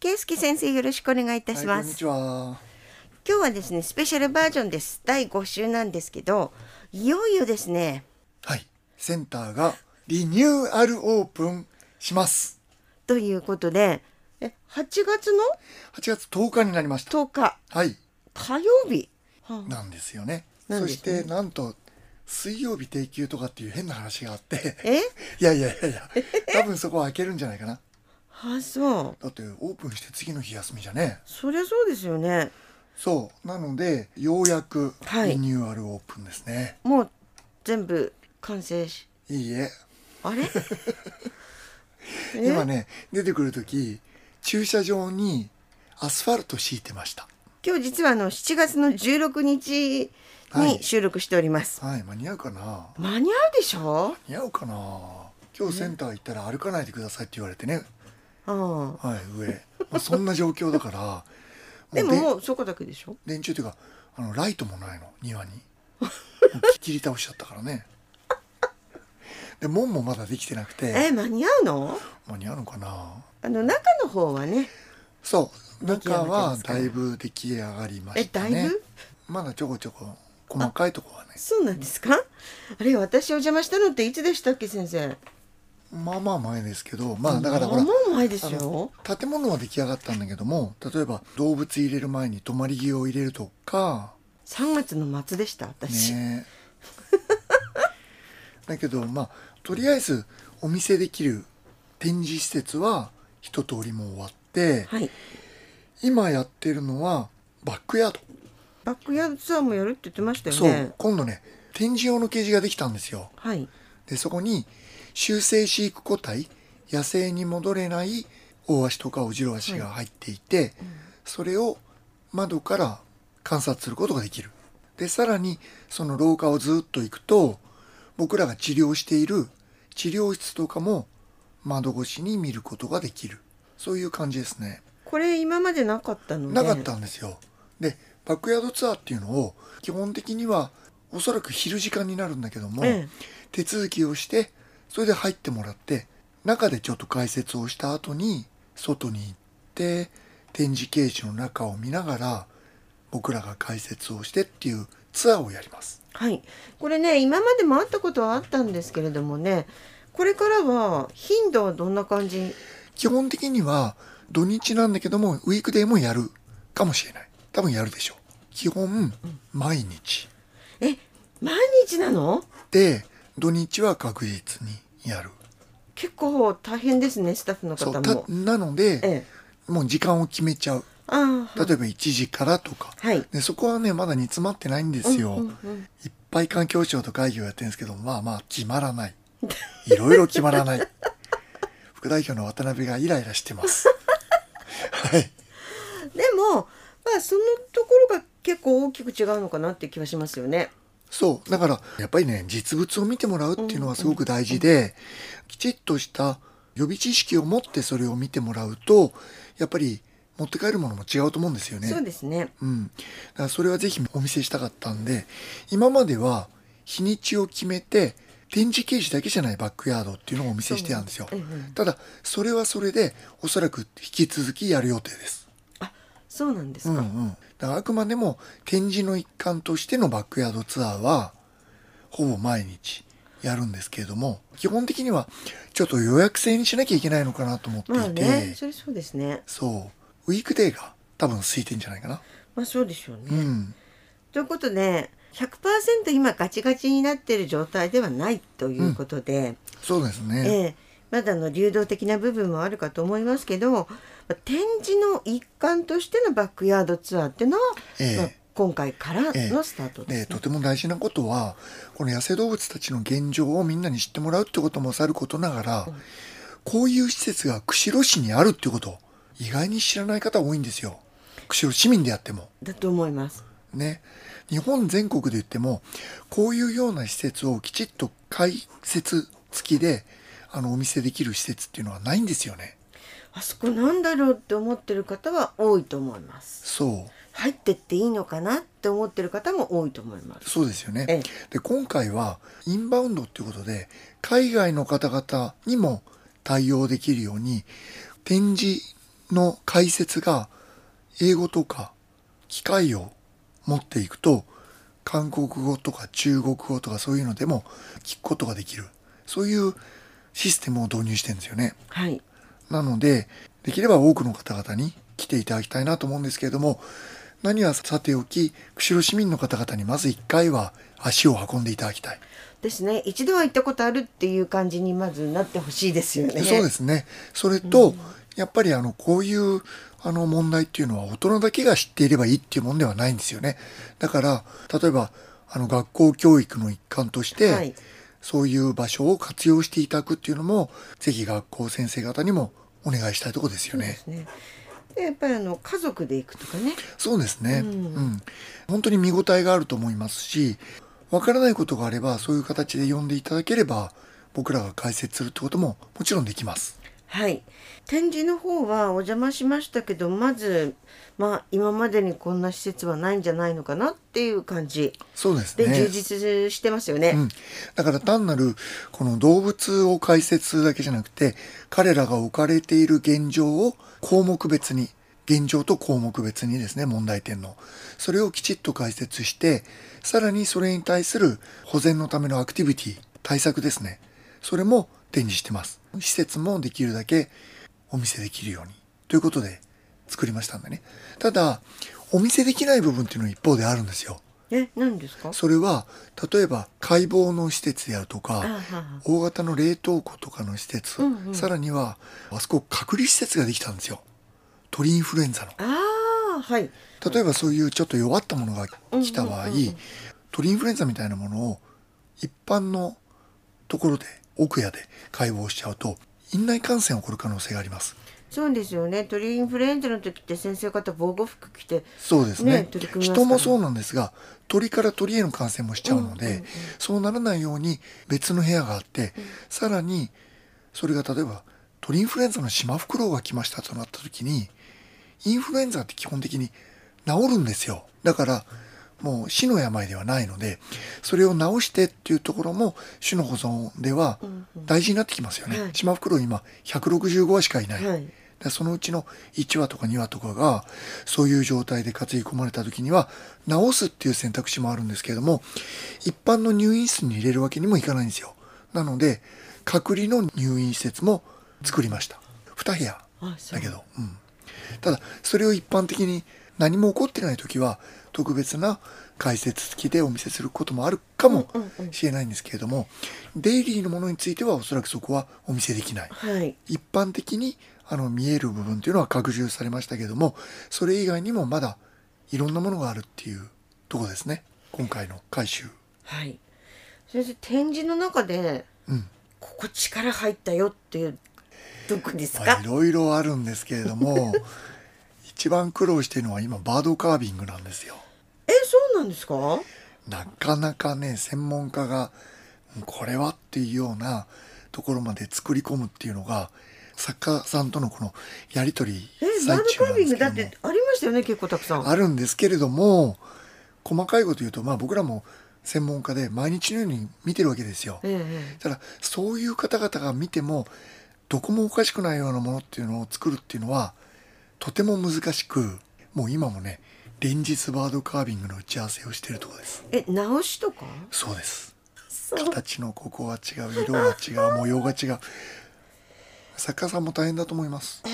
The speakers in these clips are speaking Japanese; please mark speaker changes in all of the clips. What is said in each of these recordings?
Speaker 1: 圭介先生よろしくお願いいたします、
Speaker 2: は。
Speaker 1: 今日はですねスペシャルバージョンです第5週なんですけどいよいよですね
Speaker 2: はい。センターがリニューアルオープンします。
Speaker 1: ということでえ8月の
Speaker 2: 8月10日になりました。
Speaker 1: 10日
Speaker 2: はい。
Speaker 1: 火曜日、はあ
Speaker 2: なんですよね。
Speaker 1: なん
Speaker 2: そ
Speaker 1: です
Speaker 2: し
Speaker 1: ね
Speaker 2: てなんと水曜日定休とかっていう変な話があって、
Speaker 1: え
Speaker 2: いやいやいやいや、多分そこは開けるんじゃないかな。
Speaker 1: あそう
Speaker 2: だってオープンして次の日休みじゃね。
Speaker 1: そりゃそうですよね
Speaker 2: そう。なのでようやく
Speaker 1: はい
Speaker 2: リニューアルオープンですね。
Speaker 1: もう全部完成し
Speaker 2: い、いえ。
Speaker 1: あ れえ
Speaker 2: 今ね出てくる時駐車場にアスファルト敷いてました。
Speaker 1: 今日実はあの7月の16日に収録しております、
Speaker 2: はい。間に合うかな。
Speaker 1: 間に合うでしょ
Speaker 2: 似合うかな今日センター行ったら歩かないでくださいって言われてね
Speaker 1: うん
Speaker 2: はい 上、まあ、そんな状況だから もう
Speaker 1: でもも
Speaker 2: ん
Speaker 1: うそこだけでしょ
Speaker 2: 電柱というかあのライトもないの庭 にもう切り倒しちゃったからねで門もまだできてなく
Speaker 1: え
Speaker 2: て
Speaker 1: 間に合うの
Speaker 2: 間に合うのかな
Speaker 1: あの中の方はね
Speaker 2: そう
Speaker 1: 出来上が
Speaker 2: 中
Speaker 1: ってま
Speaker 2: は
Speaker 1: すか
Speaker 2: だいぶ出来上がりま
Speaker 1: え
Speaker 2: した
Speaker 1: だいぶ、
Speaker 2: ねまだちょこちょこ細かいとこはね
Speaker 1: そうなんですかあれ私お邪魔したのっていつでしたっけ先生
Speaker 2: まあまあ前ですけどまあだからほら
Speaker 1: もう前です
Speaker 2: あ
Speaker 1: よ
Speaker 2: の建物は出来上がったんだけども例えば動物入れる前に泊まり木を入れるとか
Speaker 1: 3月の末でした私、
Speaker 2: ね だけどまあとりあえずお見せできる展示施設は一通りもう終わって
Speaker 1: はい
Speaker 2: 今やってるのはバックヤード、
Speaker 1: バックヤードツアーもやるって言ってましたよ
Speaker 2: そ
Speaker 1: ね
Speaker 2: う今度ね展示用のケージができたんですよ
Speaker 1: はい
Speaker 2: でそこに修正飼育個体野生に戻れないオオアシとかオジロワシが入っていて、それを窓から観察することができるでさらにその廊下をずっと行くと僕らが治療している治療室とかも窓越しに見ることができるそういう感じですね
Speaker 1: これ今までなかったので
Speaker 2: なかったんですよでバックヤードツアーっていうのを基本的にはおそらく昼時間になるんだけども、
Speaker 1: ええ
Speaker 2: 手続きをしてそれで入ってもらって中でちょっと解説をした後に外に行って展示ケージの中を見ながら僕らが解説をしてっていうツアーをやります
Speaker 1: はい、これね今までもあったことはあったんですけれどもねこれからは頻度はどんな感じ
Speaker 2: 基本的には土日なんだけどもウィークデーもやるかもしれない多分やるでしょう基本毎日
Speaker 1: え毎日なの
Speaker 2: で土日は確実にやる
Speaker 1: 結構大変ですねスタッフの
Speaker 2: そ
Speaker 1: 方
Speaker 2: うた
Speaker 1: も。
Speaker 2: なので
Speaker 1: ええ、
Speaker 2: もう時間を決めちゃう
Speaker 1: あーは
Speaker 2: 例えば1時からとか、
Speaker 1: はい
Speaker 2: でそこはねまだ煮詰まってないんですよ、いっぱい環境省と会議をやってるんですけどまあまあ決まらない いろいろ決まらない副代表の渡辺がイライラしてます はい
Speaker 1: でも、まあ、そのところが結構大きく違うのかなって気はしますよね。
Speaker 2: そうだからやっぱりね実物を見てもらうっていうのはすごく大事できちっとした予備知識を持ってそれを見てもらうとやっぱり持って帰るものも違うと思うんですよね
Speaker 1: そうですね。
Speaker 2: うん、だからそれはぜひお見せしたかったんで今までは日にちを決めて展示ケージだけじゃないバックヤードっていうのをお見せしてたんですよ、
Speaker 1: そうなんですうんうん
Speaker 2: ただそれはそれでおそらく引き続きやる予定です
Speaker 1: あ、そうなんです
Speaker 2: うんう
Speaker 1: か。
Speaker 2: んだからあくまでも展示の一環としてのバックヤードツアーはほぼ毎日やるんですけれども基本的にはちょっと予約制にしなきゃいけないのかなと思っていて、
Speaker 1: まあね、それそうですね。
Speaker 2: そうウィークデーが多分空いてんじゃないかな
Speaker 1: まあそうでしょう
Speaker 2: う
Speaker 1: ね。
Speaker 2: ん
Speaker 1: ということで、100%今ガチガチになっている状態ではないということで。
Speaker 2: そうですね、
Speaker 1: ええ、まだあの流動的な部分もあるかと思いますけどまあ展示の一環としてのバックヤードツアーっていうのは、
Speaker 2: ええ
Speaker 1: まあ今回から
Speaker 2: ええ
Speaker 1: のスタートで、
Speaker 2: です
Speaker 1: ね
Speaker 2: とても大事なことはこの野生動物たちの現状をみんなに知ってもらうってこともさることながら、こういう施設が釧路市にあるってこと意外に知らない方多いんですよ釧路市民であっても
Speaker 1: だと思います。
Speaker 2: ね日本全国で言ってもこういうような施設をきちっと解説付きであのお見せできる施設っていうのはないんですよね
Speaker 1: あそこなんだろうって思ってる方は多いと思います。
Speaker 2: そう
Speaker 1: 入ってっていいのかなって思ってる方も多いと思います。
Speaker 2: そうですよね。
Speaker 1: ええ
Speaker 2: で今回はインバウンドっていうことで海外の方々にも対応できるように展示の解説が英語とか機械を持っていくと韓国語とか中国語とかそういうのでも聞くことができるそういうシステムを導入してるんですよね。
Speaker 1: はい
Speaker 2: なので、できれば多くの方々に来ていただきたいなと思うんですけれども、何はさておき、釧路市民の方々にまず1回は足を運んでいただきたい。
Speaker 1: ですね一度は行ったことあるっていう感じにまずなってほしいですよね
Speaker 2: そうですすね。それと、やっぱりあの、こういうあの問題っていうのは大人だけが知っていればいいっていうもんではないんですよね。だから、例えば、あの、学校教育の一環として、
Speaker 1: はい
Speaker 2: そういう場所を活用していただくっていうのも、ぜひ学校先生方にもお願いしたいところですよね。
Speaker 1: ねでやっぱりあの家族で行くとかね
Speaker 2: そうですね、
Speaker 1: う
Speaker 2: うんん本当に見応えがあると思いますしわからないことがあればそういう形で呼んでいただければ僕らが解説するってことももちろんできます
Speaker 1: はい展示の方はお邪魔しましたけどまずまあ今までにこんな施設はないんじゃないのかなっていう感じ
Speaker 2: そうです
Speaker 1: で
Speaker 2: ね
Speaker 1: 充実してますよね
Speaker 2: うん、だから単なるこの動物を解説するだけじゃなくて彼らが置かれている現状を項目別に現状と項目別にですね問題点のそれをきちっと解説してさらにそれに対する保全のためのアクティビティ対策ですねそれも展示してます施設もできるだけお見せできるようにということで作りましたんでねただお見せできない部分っていうのは一方であるんですよ
Speaker 1: え何ですか
Speaker 2: それは例えば解剖の施設であると
Speaker 1: あは
Speaker 2: か
Speaker 1: は
Speaker 2: 大型の冷凍庫とかの施設、
Speaker 1: うんうん
Speaker 2: さらにはあそこ隔離施設ができたんですよ鳥インフルエンザの
Speaker 1: あーはい
Speaker 2: 例えばそういうちょっと弱ったものが来た場合、
Speaker 1: うんうんうんうん
Speaker 2: 鳥インフルエンザみたいなものを一般のところで奥屋で解剖しちゃうと院内感染起こる可能性があります
Speaker 1: そうですよね鳥インフルエンザの時って先生方防護服着て
Speaker 2: そうですね
Speaker 1: ね取り組みますから
Speaker 2: 人もそうなんですが鳥から鳥への感染もしちゃうので、そうならないように別の部屋があって、さらにそれが例えば鳥インフルエンザのシマフクロウが来ましたとなった時にインフルエンザって基本的に治るんですよだからもう死の病ではないのでそれを治してっていうところも種の保存では大事になってきますよね、
Speaker 1: はい
Speaker 2: シマフクロウ今165羽しかいない、
Speaker 1: はい
Speaker 2: でそのうちの1話とか2話とかがそういう状態で担ぎ込まれた時には治すっていう選択肢もあるんですけれども一般の入院室に入れるわけにもいかないんですよなので隔離の入院施設も作りました2部屋
Speaker 1: あそう
Speaker 2: だけど、うん、ただそれを一般的に何も起こってない時は特別な解説付きでお見せすることもあるかもしれないんですけれども、デイリーのものについてはおそらくそこはお見せできない
Speaker 1: はい
Speaker 2: 一般的にあの見える部分っていうのは拡充されましたけどもそれ以外にもまだいろんなものがあるっていうとこですね今回の改修
Speaker 1: はい先生展示の中で
Speaker 2: うん、
Speaker 1: ここ力入ったよっていうどこです
Speaker 2: まあ、
Speaker 1: か
Speaker 2: いろいろあるんですけれども 一番苦労しているのは今バードカービングなんですよ
Speaker 1: えそうなんですかは
Speaker 2: なかなかね専門家がこれはっていうようなところまで作り込むっていうのが作家さんとのこのやり取り
Speaker 1: えバー
Speaker 2: 最
Speaker 1: ド
Speaker 2: 中
Speaker 1: カ
Speaker 2: な
Speaker 1: ー
Speaker 2: ん
Speaker 1: ビ
Speaker 2: で
Speaker 1: ン
Speaker 2: す
Speaker 1: グ
Speaker 2: け
Speaker 1: だ
Speaker 2: ど
Speaker 1: っ
Speaker 2: も
Speaker 1: てありましたよね結構たくさん
Speaker 2: あるんですけれども細かいこと言うとまあ僕らも専門家で毎日のように見てるわけですよ。
Speaker 1: ええ
Speaker 2: ただそういう方々が見てもどこもおかしくないようなものっていうのを作るっていうのはとても難しくもう今もね連日バードカービングの打ち合わせをしてるところです。
Speaker 1: えええ直しとか
Speaker 2: そうです
Speaker 1: そう
Speaker 2: 形のここは違う色が違う模様が違う作家さんも大変だと思います。
Speaker 1: え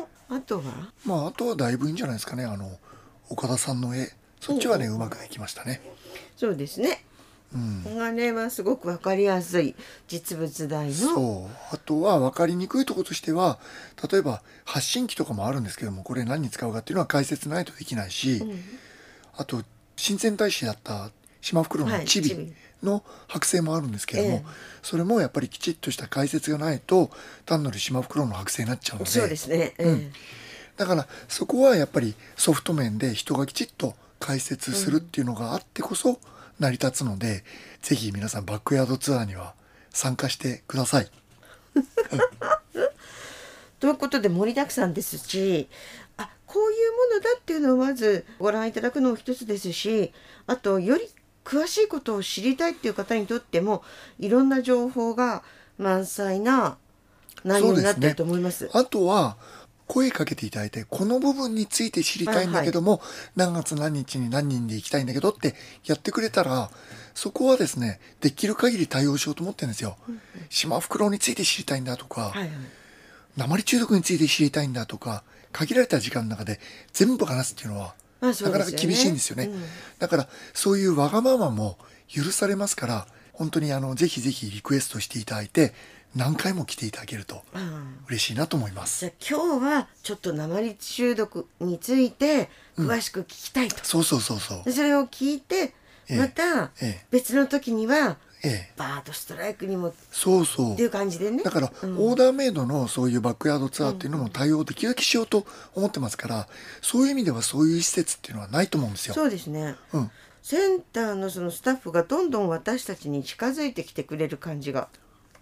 Speaker 1: えあとは
Speaker 2: まああとはだいぶいいんじゃないですかねあの岡田さんの絵そっちはね
Speaker 1: うん
Speaker 2: うまくできましたね。
Speaker 1: そうですね
Speaker 2: うん
Speaker 1: これがねはすごくわかりやすい実物大の
Speaker 2: そうあとは分かりにくいところとしては例えば発信機とかもあるんですけどもこれ何に使うかっていうのは解説ないとできないし、あと親善大使だった島袋
Speaker 1: は
Speaker 2: の
Speaker 1: い
Speaker 2: チ
Speaker 1: チ
Speaker 2: ビ
Speaker 1: ビ
Speaker 2: の剥製もあるんですけども、
Speaker 1: ええ
Speaker 2: それもやっぱりきちっとした解説がないと単なる島袋の剥製になっちゃうので
Speaker 1: そうですね、ええ
Speaker 2: うんだからそこはやっぱりソフト面で人がきちっと解説するっていうのがあってこそ成り立つので、ぜひ皆さんバックヤードツアーには参加してください。
Speaker 1: ということで盛りだくさんですしあこういうものだっていうのをまずご覧いただくのも一つですしあとより詳しいことを知りたいっていう方にとってもいろんな情報が満載な内容になってると思います。
Speaker 2: あとは声かけていただいてこの部分について知りたいんだけども、何月何日に何人で行きたいんだけどってやってくれたらそこはですねできる限り対応しようと思ってるんですよ。島袋について知りたいんだとか、
Speaker 1: はいはい
Speaker 2: 鉛中毒について知りたいんだとか限られた時間の中で全部話すっていうのは
Speaker 1: まあ
Speaker 2: な
Speaker 1: そう
Speaker 2: か
Speaker 1: ですよね
Speaker 2: なか厳しいんですよね、
Speaker 1: うん
Speaker 2: だからそういうわがままも許されますから本当にあのぜひぜひリクエストしていただいて何回も来ていただけると
Speaker 1: うん
Speaker 2: 嬉しいなと思います、
Speaker 1: じゃあ今日はちょっと鉛中毒について詳しく聞きたいと、
Speaker 2: そうそうそうそう
Speaker 1: でそれを聞いて
Speaker 2: ええ
Speaker 1: また
Speaker 2: ええ
Speaker 1: 別の時には
Speaker 2: ええ
Speaker 1: バーッとストライクにもっ
Speaker 2: そうそう
Speaker 1: ていう感じでね
Speaker 2: だから、
Speaker 1: うん
Speaker 2: オーダーメイドのそういうバックヤードツアーっていうのも対応できるだけしようと思ってますからそういう意味ではそういう施設っていうのはないと思うんですよ。
Speaker 1: そうですね
Speaker 2: うん、
Speaker 1: センターのそのスタッフがどんどん私たちに近づいてきてくれる感じが、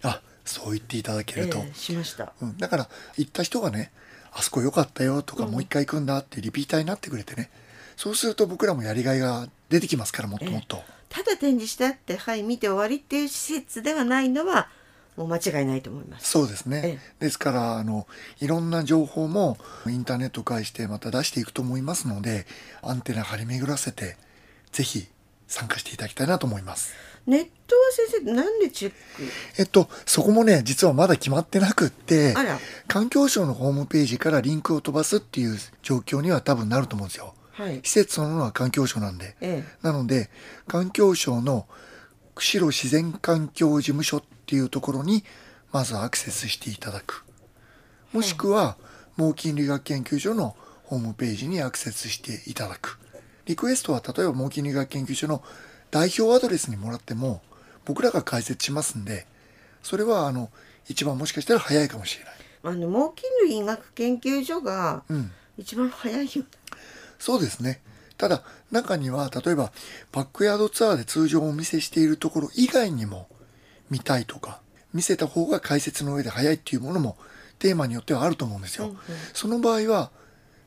Speaker 2: あそう言っていただけ
Speaker 1: え
Speaker 2: ると、
Speaker 1: えしました
Speaker 2: うん、だから行った人がねあそこ良かったよとか、もう一回行くんだってリピーターになってくれてねそうすると僕らもやりがいが出てきますからもっともっと、
Speaker 1: ただ展示したってはい見て終わりっていう施設ではないのはもう間違いないと思います
Speaker 2: そうですね、
Speaker 1: え
Speaker 2: ですからあのいろんな情報もインターネットを介してまた出していくと思いますのでアンテナ張り巡らせてぜひ参加していただきたいなと思います
Speaker 1: ネットは先生なんでチェッ
Speaker 2: えっとそこもね実はまだ決まってなくって
Speaker 1: クあら
Speaker 2: 環境省のホームページからリンクを飛ばすっていう状況には多分なると思うんですよ
Speaker 1: はい
Speaker 2: 施設そのものは環境省なんで、
Speaker 1: え
Speaker 2: なので環境省の釧路自然環境事務所っていうところにまずアクセスしていただくもしくは猛禽類学研究所のホームページにアクセスしていただくリクエストは例えば猛禽類学研究所の代表アドレスにもらっても僕らが解説しますんでそれはあの一番もしかしたら早いかもしれない、
Speaker 1: えあの猛禽類医学研究所が
Speaker 2: うん、
Speaker 1: 一番早いよ
Speaker 2: そうですね。ただ、中には、例えば、バックヤードツアーで通常お見せしているところ以外にも、見たいとか、見せた方が解説の上で早いっていうものも、テーマによってはあると思うんです
Speaker 1: う
Speaker 2: よ。
Speaker 1: んうん
Speaker 2: その場合は、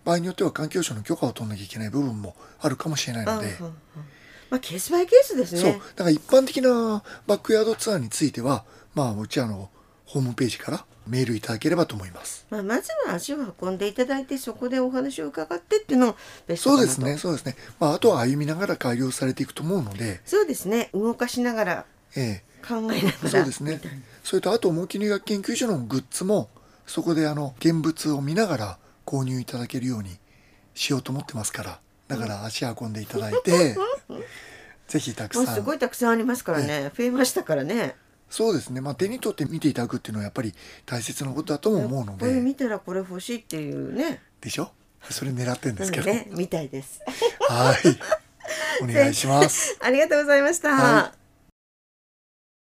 Speaker 2: 場合によっては環境省の許可を取んなきゃいけない部分もあるかもしれないので、
Speaker 1: うんうんうんまあケースバイケースですね
Speaker 2: そう。だから一般的なバックヤードツアーについては、まあ、うちあの、ホームページからメールいただければと思います。
Speaker 1: まあ、まずは足を運んでいただいてそこでお話を伺ってっていうのをベスト
Speaker 2: そ
Speaker 1: かな
Speaker 2: うで
Speaker 1: と
Speaker 2: すね、そうですね。まあ、あとは歩みながら改良されていくと思うので、
Speaker 1: そうですね動かしながら
Speaker 2: ええ
Speaker 1: 考えながら
Speaker 2: そうですね。それとあと思い切り学研究所のグッズもそこであの現物を見ながら購入いただけるようにしようと思ってますから。だから足運んでいただい て、ぜひたく
Speaker 1: もう
Speaker 2: さ
Speaker 1: す
Speaker 2: ん
Speaker 1: ご。いたくさんありますからね増えましたからね
Speaker 2: そうですね。まあ手に取って見ていただくっていうのはやっぱり大切なことだとも思うの
Speaker 1: これ
Speaker 2: で、
Speaker 1: 見たらこれ欲しいっていうね
Speaker 2: でしょ？それ狙ってるんですけど。
Speaker 1: ねみたいです
Speaker 2: はい。お願いします。
Speaker 1: ありがとうございました、
Speaker 2: は